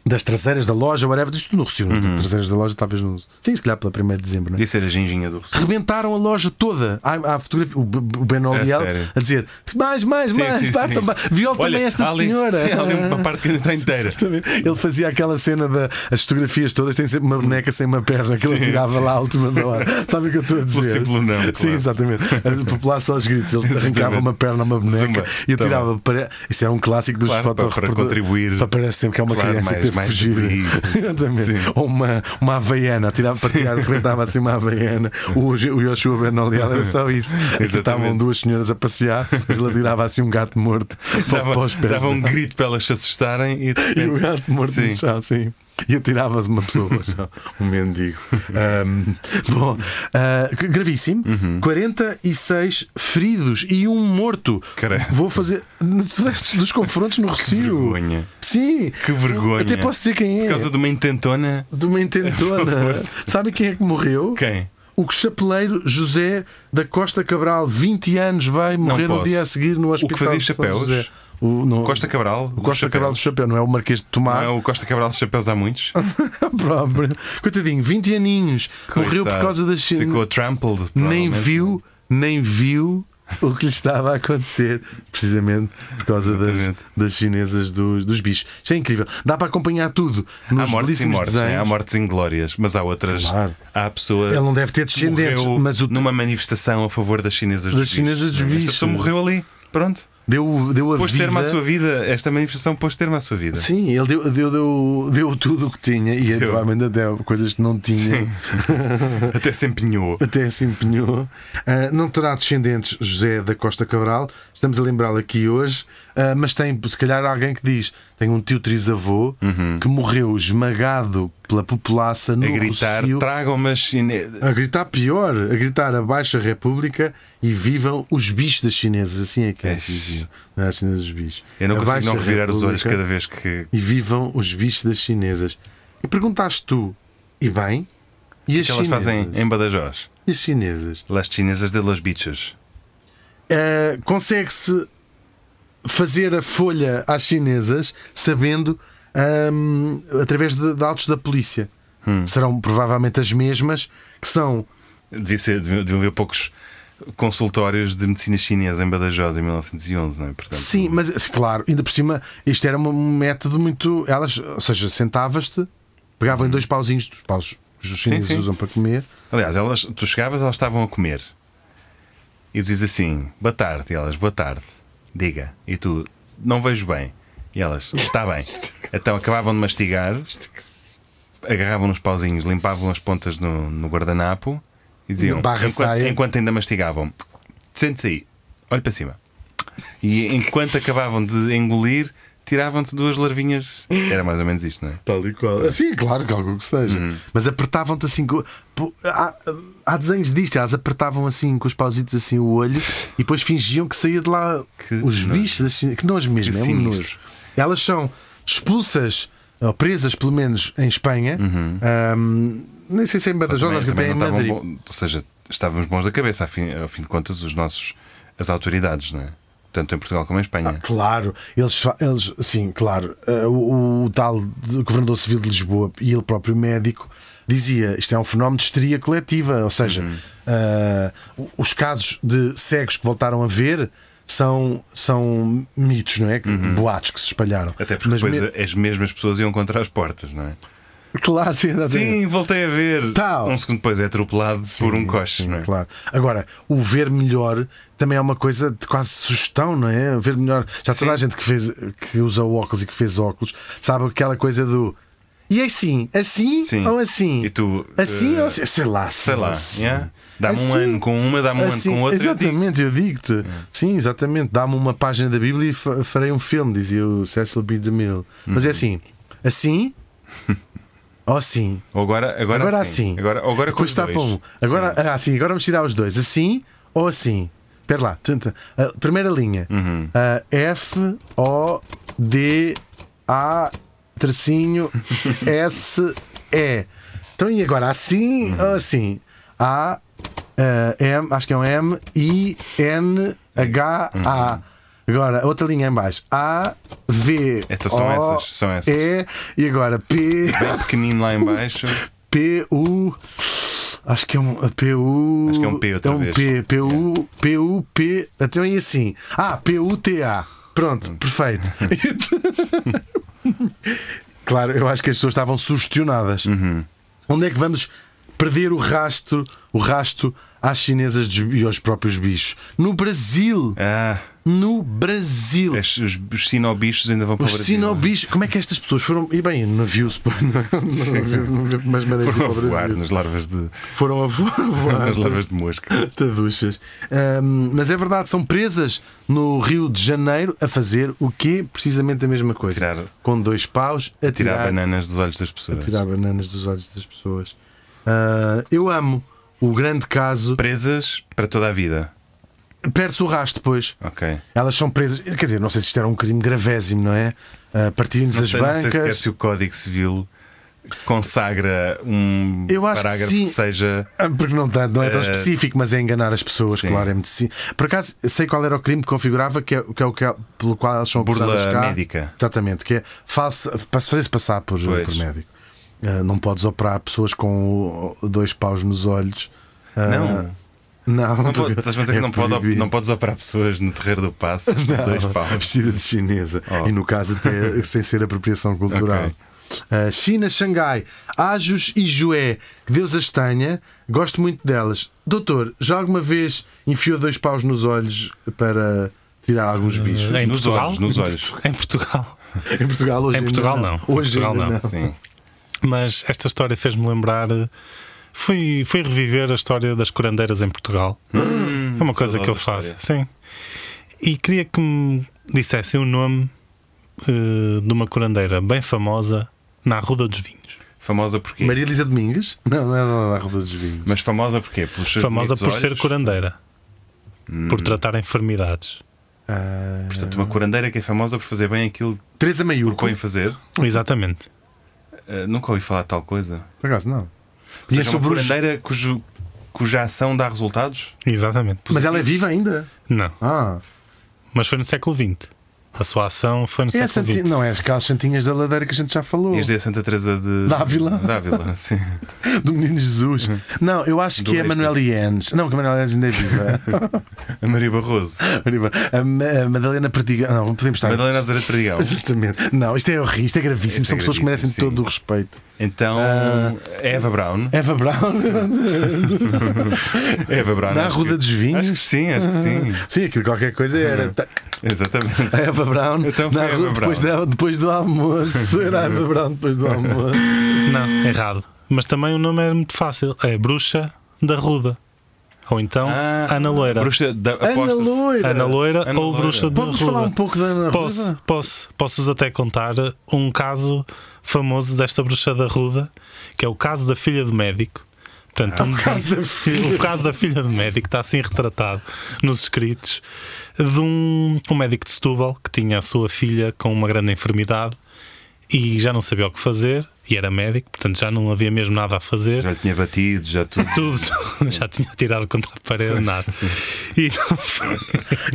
Speaker 2: das traseiras da loja, whatever, isto no Rocio, não tem traseiras da loja, talvez não. Sim, se calhar pela 1 de dezembro, não é?
Speaker 1: Podia ser a ginginha do Rossum.
Speaker 2: Rebentaram a loja toda. Há, há fotografia, o B- B- o Benoliel
Speaker 1: É sério.
Speaker 2: a dizer mais, mais,
Speaker 1: Sim,
Speaker 2: mais,
Speaker 1: sim,
Speaker 2: parta,
Speaker 1: sim.
Speaker 2: ba- viola
Speaker 1: Olha,
Speaker 2: também esta
Speaker 1: há ali-
Speaker 2: senhora.
Speaker 1: Sim, há ali uma parte que ainda está inteira.
Speaker 2: Exatamente. Ele fazia aquela cena das fotografias todas, tem sempre uma boneca sem uma perna que ele
Speaker 1: Sim,
Speaker 2: tirava
Speaker 1: sim.
Speaker 2: lá à última da hora. Sabe o que eu estou a dizer?
Speaker 1: simples não,
Speaker 2: Sim,
Speaker 1: claro.
Speaker 2: exatamente. A população aos gritos. Ele arrancava
Speaker 1: Exatamente.
Speaker 2: uma perna a uma boneca
Speaker 1: Zumba.
Speaker 2: e
Speaker 1: Tá
Speaker 2: atirava para. Isso era um clássico dos
Speaker 1: Claro, para- para
Speaker 2: fotorreporta-
Speaker 1: contribuir.
Speaker 2: Para parece sempre que é uma
Speaker 1: Claro,
Speaker 2: criança
Speaker 1: mais-
Speaker 2: que teve que
Speaker 1: mais
Speaker 2: fugir.
Speaker 1: colorido.
Speaker 2: Exatamente.
Speaker 1: Sim.
Speaker 2: Ou uma, uma havaiana, tirava para tirar, arrebentava assim uma havaiana. O, o Yoshua Benoliel era só isso. É que
Speaker 1: Exatamente.
Speaker 2: Estavam duas senhoras a passear, mas ele tirava assim um gato morto para,
Speaker 1: Dava,
Speaker 2: para os pés.
Speaker 1: dava um
Speaker 2: dela.
Speaker 1: grito para elas se assustarem e. de
Speaker 2: E o
Speaker 1: repente-
Speaker 2: gato morto
Speaker 1: Sim.
Speaker 2: no chão, sim. E atirava-se uma pessoa para o chão, um mendigo. Ahm, bom, ah, que- gravíssimo.
Speaker 1: Uhum.
Speaker 2: 46 feridos e um morto.
Speaker 1: Caramba.
Speaker 2: Vou fazer. Dos confrontos no Rocio.
Speaker 1: vergonha.
Speaker 2: Sim.
Speaker 1: Que vergonha.
Speaker 2: Até posso dizer quem é.
Speaker 1: Por causa de uma intentona. é?
Speaker 2: De uma intentona. Sabe quem é que morreu?
Speaker 1: Quem?
Speaker 2: O chapeleiro José da Costa Cabral, 20 anos, vai morrer no
Speaker 1: posso.
Speaker 2: dia a seguir no
Speaker 1: O que
Speaker 2: hospital.
Speaker 1: fazia
Speaker 2: de São
Speaker 1: chapéus?
Speaker 2: José. O, não-
Speaker 1: Costa Cabral?
Speaker 2: O Costa Cabral do Chapéu, não é o Marquês de
Speaker 1: Não
Speaker 2: Tomar.
Speaker 1: é o Costa Cabral dos Chapéus há muitos?
Speaker 2: Ah, próprio. Coitadinho, 20 aninhos. Morreu por
Speaker 1: Coitado.
Speaker 2: causa das.
Speaker 1: Ficou trampled.
Speaker 2: Nem
Speaker 1: provavelmente.
Speaker 2: viu, nem viu o que lhe estava a acontecer, precisamente por causa das,
Speaker 1: Exatamente.
Speaker 2: das chinesas dos, dos bichos. Isto é incrível. Dá para acompanhar tudo.
Speaker 1: Há
Speaker 2: Nos
Speaker 1: mortes e
Speaker 2: belíssimos
Speaker 1: mortes,
Speaker 2: desenhos.
Speaker 1: né? há mortes inglórias, mas há outras.
Speaker 2: Claro.
Speaker 1: Há pessoas.
Speaker 2: Ele não deve ter descendentes,
Speaker 1: morreu
Speaker 2: mas o
Speaker 1: numa manifestação a favor das chinesas
Speaker 2: Das
Speaker 1: dos bichos.
Speaker 2: chinesas dos bichos.
Speaker 1: Esta pessoa morreu ali. Pronto.
Speaker 2: deu, deu a
Speaker 1: Pôs
Speaker 2: vida.
Speaker 1: termo à sua vida. Esta manifestação pôs termo à sua vida.
Speaker 2: Sim, ele deu, deu, deu, deu tudo o que tinha e é
Speaker 1: Deu.
Speaker 2: provavelmente até coisas que não tinha.
Speaker 1: Até se empenhou.
Speaker 2: até se empenhou. Ah, não terá descendentes José da Costa Cabral, estamos a lembrá-lo aqui hoje, ah, mas tem, se calhar, alguém que diz: Tenho um tio trisavô que morreu esmagado pela populaça no
Speaker 1: Uhum. A gritar,
Speaker 2: Rocio,
Speaker 1: tragam, mas.
Speaker 2: a gritar pior, a gritar abaixo a República e vivam os bichos das chinesas, assim é que é que
Speaker 1: Eish.
Speaker 2: diziam. Não é as chinesas os bichos.
Speaker 1: Eu não consigo
Speaker 2: Abaixo
Speaker 1: não
Speaker 2: a
Speaker 1: revirar os olhos
Speaker 2: República
Speaker 1: cada vez que.
Speaker 2: E vivam os bichos das chinesas. E perguntaste tu, e bem? E as
Speaker 1: que elas
Speaker 2: chinesas?
Speaker 1: fazem em Badajoz.
Speaker 2: E as chinesas?
Speaker 1: Las chinesas de los bichos.
Speaker 2: Uh, consegue-se fazer a folha às chinesas sabendo um, através de, de autos da polícia.
Speaker 1: Hum.
Speaker 2: Serão provavelmente as mesmas que são.
Speaker 1: Devia ser, deviam, deviam haver poucos consultórios de medicina chinesa em Badajoz em 1911, não é? Portanto,
Speaker 2: Sim, mas claro, ainda por cima, isto era um método muito. Elas, ou seja, sentavas-te, pegavam em dois pauzinhos, dos paus que os chineses
Speaker 1: sim.
Speaker 2: usam para comer.
Speaker 1: Aliás, elas, tu chegavas, elas estavam a comer. E dizes assim: Boa tarde. E elas: Boa tarde. Diga. E tu: Não vejo bem. E elas: Está bem.
Speaker 2: é
Speaker 1: então acabavam de mastigar, agarravam nos pauzinhos, limpavam as pontas no, no guardanapo e diziam:
Speaker 2: Na barra
Speaker 1: enquanto,
Speaker 2: saia.
Speaker 1: enquanto ainda mastigavam, sente-se aí, olhe para cima.
Speaker 2: é
Speaker 1: E enquanto acabavam de engolir, tiravam-te duas larvinhas. Era mais ou menos isto, não é?
Speaker 2: Tal e qual. Ah, Sim, claro, que algo que seja.
Speaker 1: Uhum.
Speaker 2: Mas apertavam-te assim. com- pô, Há, há desenhos disto, elas apertavam assim com os pausitos assim o olho e depois fingiam que saía de lá
Speaker 1: Que
Speaker 2: os
Speaker 1: nojo.
Speaker 2: bichos. Assim, que nós mesmo,
Speaker 1: Que
Speaker 2: é um
Speaker 1: sinistro.
Speaker 2: nojo. Elas são expulsas, ou presas pelo menos em Espanha. Ahm, nem sei se é em Badajoz,
Speaker 1: Uhum. Também-
Speaker 2: acho que até
Speaker 1: também
Speaker 2: em
Speaker 1: não estavam
Speaker 2: Madrid.
Speaker 1: bom- ou seja, estávamos bons da cabeça, ao fim, ao fim de contas, os nossos, as autoridades, não é? Tanto em Portugal como em Espanha.
Speaker 2: Ah, Claro, eles, fa- eles sim, claro. eh, o, o tal de- governador civil de Lisboa e ele próprio médico dizia isto é um fenómeno de histeria coletiva, ou seja,
Speaker 1: Uhum.
Speaker 2: eh, o- os casos de cegos que voltaram a ver são, são mitos, não é? Que- Boatos que se espalharam.
Speaker 1: Uhum. Até porque
Speaker 2: Mas
Speaker 1: depois é
Speaker 2: me-
Speaker 1: as mesmas pessoas iam contra as portas, não é?
Speaker 2: Claro, sim, exatamente.
Speaker 1: Sim, voltei a ver.
Speaker 2: Tal.
Speaker 1: Um segundo depois é atropelado por um coche,
Speaker 2: Sim,
Speaker 1: não é?
Speaker 2: Claro. Agora, o ver melhor também é uma coisa de quase sugestão, não é? O ver melhor. Já toda a gente que, fez, que usa óculos e que fez óculos sabe aquela coisa do. E é assim? Assim
Speaker 1: Sim.
Speaker 2: ou assim?
Speaker 1: E tu,
Speaker 2: Assim
Speaker 1: eh,
Speaker 2: ou assim? Sei lá.
Speaker 1: Sei lá,
Speaker 2: assim.
Speaker 1: yeah? dá-me um
Speaker 2: Assim-
Speaker 1: ano com uma, dá-me um
Speaker 2: Assim,
Speaker 1: ano com outra.
Speaker 2: exatamente, eu digo-te. Sim, exatamente. Dá-me uma página da Bíblia e fa- farei um filme, dizia o Cecil B. DeMille. Mas
Speaker 1: Uhum.
Speaker 2: é assim, assim ou assim?
Speaker 1: Ou agora, agora,
Speaker 2: Agora
Speaker 1: assim.
Speaker 2: assim.
Speaker 1: Agora, ou agora com
Speaker 2: Depois
Speaker 1: os
Speaker 2: está
Speaker 1: dois.
Speaker 2: para um. Agora, ah, assim, agora vamos tirar os dois. Assim ou assim? Espera lá. Tenta. Ah, primeira linha.
Speaker 1: Uhum.
Speaker 2: Ah, F, O, D, A, tracinho, S, E. Então e agora? Assim
Speaker 1: Uhum.
Speaker 2: ou assim? A, ah, M, acho que é um M, I, N, H,
Speaker 1: Uhum.
Speaker 2: A. Agora, a outra linha em baixo. A, V,
Speaker 1: Então são
Speaker 2: o,
Speaker 1: essas, são essas.
Speaker 2: E, e agora P,
Speaker 1: Bem Um pequenino lá em baixo.
Speaker 2: PU. Acho que é um a PU.
Speaker 1: Acho que é um P outra
Speaker 2: é um
Speaker 1: vez. É.
Speaker 2: P, PU, PU, P. Até aí assim. Ah, PUTA. Pronto,
Speaker 1: Hum.
Speaker 2: perfeito. claro, eu acho que as pessoas estavam sugestionadas.
Speaker 1: Uhum.
Speaker 2: Onde é que vamos perder o rastro, o rasto às chinesas dos- e aos próprios bichos? No Brasil!
Speaker 1: Ah,
Speaker 2: No Brasil!
Speaker 1: as- os, os sinobichos ainda vão para o
Speaker 2: Os
Speaker 1: É Brasil.
Speaker 2: sinobichos, como é que estas pessoas foram. E bem, navios, pô, não viu-se mais maneira
Speaker 1: Foram
Speaker 2: para
Speaker 1: a
Speaker 2: o
Speaker 1: voar é?
Speaker 2: Brasil.
Speaker 1: nas larvas de,
Speaker 2: Foram a voar. voar.
Speaker 1: nas larvas de mosca.
Speaker 2: Taduchas. Ahm, mas é verdade, são presas no Rio de Janeiro a fazer o quê? Precisamente a mesma coisa.
Speaker 1: Tirar-
Speaker 2: Com dois paus, a
Speaker 1: Tirar,
Speaker 2: tirar,
Speaker 1: bananas dos olhos das pessoas.
Speaker 2: tirar bananas dos olhos das pessoas. Ah, eu amo o grande caso.
Speaker 1: Presas para toda a vida.
Speaker 2: Perde-se o rastro, pois.
Speaker 1: Ok.
Speaker 2: Elas são presas. Quer dizer, não sei se isto era um crime gravésimo, não é? Ah, Partiam-nos
Speaker 1: Não
Speaker 2: as
Speaker 1: sei, não
Speaker 2: bancas.
Speaker 1: sei sequer se o Código Civil consagra um
Speaker 2: Eu acho que
Speaker 1: parágrafo
Speaker 2: sim.
Speaker 1: seja.
Speaker 2: Ah, Porque não, tá- não é tão
Speaker 1: Eh,
Speaker 2: específico, mas é enganar as pessoas,
Speaker 1: sim.
Speaker 2: claro, é muito sim. Por acaso, eu sei qual era o crime que configurava, que é, que é o que é- pelo qual elas são
Speaker 1: Burla
Speaker 2: acusadas cá.
Speaker 1: médica.
Speaker 2: Exatamente, que é falsa, para se fazer-se passar por,
Speaker 1: Pois.
Speaker 2: por médico. Ah, não podes operar pessoas com o- dois paus nos olhos. Ah,
Speaker 1: Não. Não
Speaker 2: Não,
Speaker 1: pode,
Speaker 2: porque
Speaker 1: estás a dizer
Speaker 2: é
Speaker 1: que não, pode, op-
Speaker 2: proibido.
Speaker 1: não podes operar pessoas no terreiro do passo com
Speaker 2: Não,
Speaker 1: dois paus.
Speaker 2: Vestida de chinesa.
Speaker 1: Oh.
Speaker 2: E no caso, até sem ser apropriação cultural.
Speaker 1: Ok.
Speaker 2: Ah, China, Xangai, Ajus e Joé, que Deus as tenha, gosto muito delas. Doutor, já alguma vez enfiou dois paus nos olhos para tirar alguns bichos?
Speaker 3: Em
Speaker 1: Nos
Speaker 3: Portugal?
Speaker 1: olhos, nos olhos.
Speaker 3: Em Portugal.
Speaker 2: Em Portugal hoje
Speaker 3: Em
Speaker 2: ainda
Speaker 3: Portugal, não. Em
Speaker 2: Hoje
Speaker 3: Portugal,
Speaker 2: ainda
Speaker 3: não.
Speaker 2: não.
Speaker 1: Sim.
Speaker 3: Mas esta história fez-me lembrar. eh, Fui, fui reviver a história das curandeiras em Portugal.
Speaker 1: Hum,
Speaker 3: é uma coisa que eu
Speaker 1: saudosa
Speaker 3: faço. Sim. E queria que me dissessem o nome eh, de uma curandeira bem famosa na Ruda dos Vinhos.
Speaker 1: Famosa porquê?
Speaker 2: Maria Elisa Domingues? Não, não é nada da Roda dos Vinhos.
Speaker 1: Mas famosa porquê? Pelos seus
Speaker 3: famosa
Speaker 1: bonitos
Speaker 3: por ser
Speaker 1: olhos? Hum.
Speaker 3: curandeira, por tratar enfermidades.
Speaker 2: Ah,
Speaker 1: Portanto, uma curandeira que é famosa por fazer bem aquilo que
Speaker 2: Teresa Maiuco.
Speaker 1: propõe fazer.
Speaker 3: Exatamente.
Speaker 1: Ah, nunca ouvi falar de tal coisa.
Speaker 2: Por acaso, não.
Speaker 1: Ou seja,
Speaker 2: é sobre
Speaker 1: uma
Speaker 2: os-
Speaker 1: curandeira cujo- cuja ação dá resultados?
Speaker 3: Exatamente.
Speaker 2: Mas ela é viva ainda?
Speaker 3: Não.
Speaker 2: Ah,
Speaker 3: Mas foi no século XX. A sua ação foi
Speaker 2: é
Speaker 3: no
Speaker 2: a
Speaker 3: século
Speaker 2: Santi-
Speaker 3: XX.
Speaker 2: não é as aquelas santinhas da ladeira que a gente já falou.
Speaker 1: Ias dizer é Santa Teresa de
Speaker 2: Dávila.
Speaker 1: Dávila, sim.
Speaker 2: Do Menino Jesus. Não, eu acho
Speaker 1: Uhum. Do
Speaker 2: que é
Speaker 1: Orestes.
Speaker 2: Manuel Ienes. Não, que a Manuel Ienes ainda é viva.
Speaker 1: A Maria Barroso.
Speaker 2: a, Ma- a Madalena Perdigão. Não, podemos estar.
Speaker 1: Madalena Azara de Perdigão.
Speaker 2: Exatamente. Não, isto é horrível, isto é
Speaker 1: Isto
Speaker 2: gravíssimo.
Speaker 1: é
Speaker 2: São pessoas que merecem
Speaker 1: gravíssimo, sim.
Speaker 2: todo o respeito.
Speaker 1: Então,
Speaker 2: Ah.
Speaker 1: Eva Brown.
Speaker 2: Eva Brown,
Speaker 1: Eva Brown.
Speaker 2: na
Speaker 1: acho que-
Speaker 2: Ruda dos Vinhos.
Speaker 1: Acho que sim, acho que sim.
Speaker 2: Sim, aquilo qualquer coisa era. ta-
Speaker 1: Exatamente.
Speaker 2: A Eva Brown,
Speaker 1: Uhum. Então foi
Speaker 2: na
Speaker 1: a Eva
Speaker 2: rua, depois,
Speaker 1: Brown.
Speaker 2: da- depois do almoço. Era a Eva Brown depois do almoço.
Speaker 3: Não, errado. Mas também o nome é muito fácil. É Bruxa da Ruda. Ou então
Speaker 1: Ah,
Speaker 3: Ana Loira.
Speaker 1: Bruxa da
Speaker 2: Ana
Speaker 1: apostas.
Speaker 2: Loira.
Speaker 3: Ana Loira
Speaker 1: Ana
Speaker 3: ou
Speaker 1: Loira.
Speaker 3: Bruxa da
Speaker 2: Vamos falar
Speaker 3: Ruda.
Speaker 2: um pouco da Ana
Speaker 3: Posso,
Speaker 2: Ruda?
Speaker 3: posso, posso-vos até contar um caso famoso desta bruxa da Ruda, que é o caso da filha do médico. Portanto, um- o,
Speaker 2: Ah, caso da filha.
Speaker 3: caso da filha do médico está assim retratado nos escritos de um, um médico de Setúbal que tinha a sua filha com uma grande enfermidade e já não sabia o que fazer e era médico, portanto já não havia mesmo nada a fazer
Speaker 1: Já lhe tinha batido, já tudo.
Speaker 3: tudo, já tinha tirado contra a parede, nada. E então foi-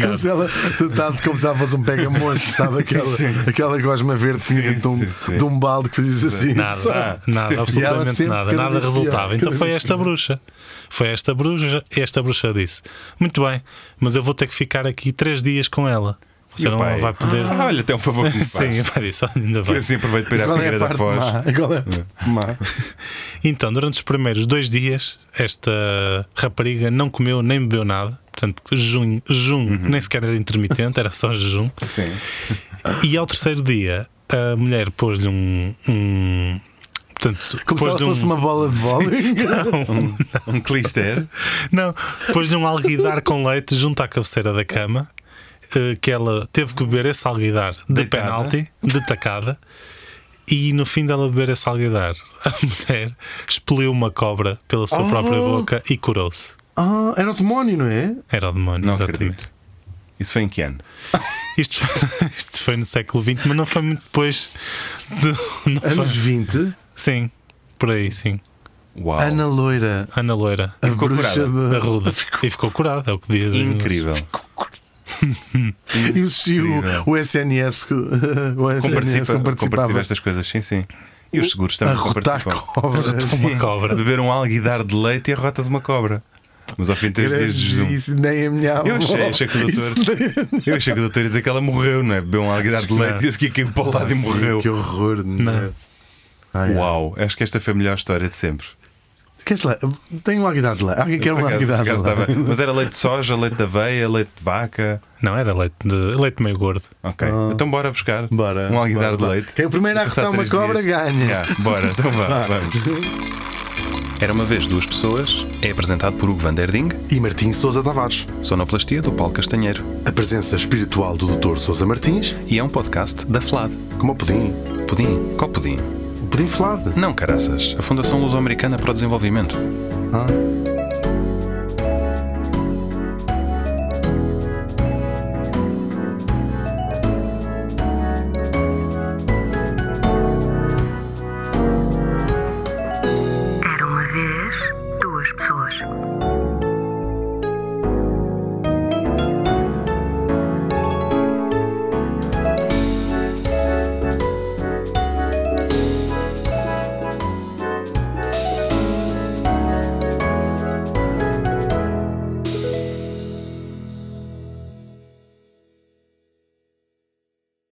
Speaker 2: Como se ela tratava como se ela fosse um pega-moço, sabe? Aquela, aquela gosma verde que tinha
Speaker 1: Sim,
Speaker 2: de um,
Speaker 1: sim, sim.
Speaker 2: de um balde que fazes assim. sabe?
Speaker 3: Nada,
Speaker 2: E
Speaker 3: nada,
Speaker 2: ela
Speaker 3: absolutamente
Speaker 2: sempre
Speaker 3: nada,
Speaker 2: cada
Speaker 3: nada
Speaker 2: vez pior,
Speaker 3: resultava. Então
Speaker 2: cada
Speaker 3: foi
Speaker 2: vez
Speaker 3: esta bruxa. Foi esta bruxa, esta bruxa disse: Muito bem, mas eu vou ter que ficar aqui três dias com ela. Você
Speaker 1: E o
Speaker 3: não
Speaker 1: pai?
Speaker 3: vai poder.
Speaker 1: Ah, olha, tem um favor que me
Speaker 3: Sim,
Speaker 1: faz.
Speaker 3: o pai disse, "Olha, ainda
Speaker 1: Eu
Speaker 3: bem.
Speaker 1: assim aproveito para ir à
Speaker 2: Qual é
Speaker 1: Figueira
Speaker 2: a
Speaker 1: da
Speaker 2: parte
Speaker 1: Foz.
Speaker 2: má? Qual é a parte má?
Speaker 3: Então, durante os primeiros dois dias, esta rapariga não comeu nem bebeu nada. Portanto, jejum, jejum
Speaker 2: Uhum.
Speaker 3: nem sequer era intermitente, era só jejum.
Speaker 1: Sim.
Speaker 3: E ao terceiro dia, a mulher pôs-lhe um. um portanto,
Speaker 2: Como se ela
Speaker 3: pôs-lhe
Speaker 2: fosse
Speaker 3: um,
Speaker 2: uma bola de bowling.
Speaker 1: Um clister.
Speaker 3: Não, pôs-lhe um alguidar com leite junto à cabeceira da cama. eh, Que ela teve que beber esse alguidar de
Speaker 1: Deitada.
Speaker 3: penalti, de tacada, e no fim dela beber esse alguidar, a mulher expeliu uma cobra pela sua
Speaker 2: Oh!
Speaker 3: própria boca e curou-se.
Speaker 2: Ah, era o demónio, não é?
Speaker 3: Era o demónio,
Speaker 1: Não
Speaker 3: exatamente.
Speaker 1: acredito. Isso foi em que ano?
Speaker 3: Isto foi, isto foi no século XX, mas não foi muito depois. do- não foi-
Speaker 2: Anos 20,
Speaker 3: sim, por aí, sim.
Speaker 1: Uau.
Speaker 2: Ana Loira,
Speaker 3: Ana Loira,
Speaker 2: a
Speaker 1: Oh. ficou
Speaker 2: bruxa de...
Speaker 3: a ruda. E ficou curada, é o que diz.
Speaker 1: Incrível.
Speaker 2: E o, e
Speaker 1: Incrível.
Speaker 2: o, o SNS, que- o SNS
Speaker 1: Como participa, como
Speaker 2: que
Speaker 1: participa
Speaker 2: participava
Speaker 1: estas coisas, sim, sim. E os seguros
Speaker 2: a
Speaker 1: também
Speaker 2: rotar
Speaker 1: participam.
Speaker 2: cobras.
Speaker 3: Uma cobra.
Speaker 1: Beber um alguidar de leite e arrotas uma cobra. Mas ao fim de três dias de jejum.
Speaker 2: Isso nem a minha avó.
Speaker 1: Eu achei, achei que o doutor-
Speaker 2: Isso nem-
Speaker 1: Eu achei que o doutor ia dizer que ela morreu, não é? Bebeu um alguidar de leite e esse aqui caiu para o lado e
Speaker 2: Sim,
Speaker 1: morreu.
Speaker 2: Assim, Que horror.
Speaker 3: Não.
Speaker 2: Ai, ai.
Speaker 1: Uau, acho que esta foi a melhor história de sempre.
Speaker 2: Queres lá? Tem um alguidar de lá. Alguém quer um
Speaker 1: Por acaso-
Speaker 2: alguidar
Speaker 1: por
Speaker 2: de
Speaker 1: acaso
Speaker 2: lá.
Speaker 1: estava- Mas era leite de soja, leite de aveia, leite de vaca.
Speaker 3: Não, era leite, de, leite meio gordo.
Speaker 1: Ok. Então bora buscar
Speaker 2: Ah. Bora.
Speaker 1: um alguidar
Speaker 2: Bora,
Speaker 1: de
Speaker 2: bora.
Speaker 1: leite.
Speaker 2: Quem é o primeiro a
Speaker 1: Passar
Speaker 2: arrotar uma
Speaker 1: três
Speaker 2: cobra
Speaker 1: dias.
Speaker 2: ganha.
Speaker 1: Cá, bora, então vá, vamos. Era uma vez duas pessoas é apresentado por Hugo Van Der Ding,
Speaker 2: E Martim Sousa Tavares.
Speaker 1: sonoplastia do Paulo Castanheiro.
Speaker 2: A presença espiritual do Dr. Sousa Martins,
Speaker 1: E é um podcast da FLAD.
Speaker 2: como o pudim.
Speaker 1: Pudim, qual pudim?
Speaker 2: O pudim flado.
Speaker 1: Não, caraças. A Fundação Luso-Americana para o Desenvolvimento.
Speaker 2: Ah.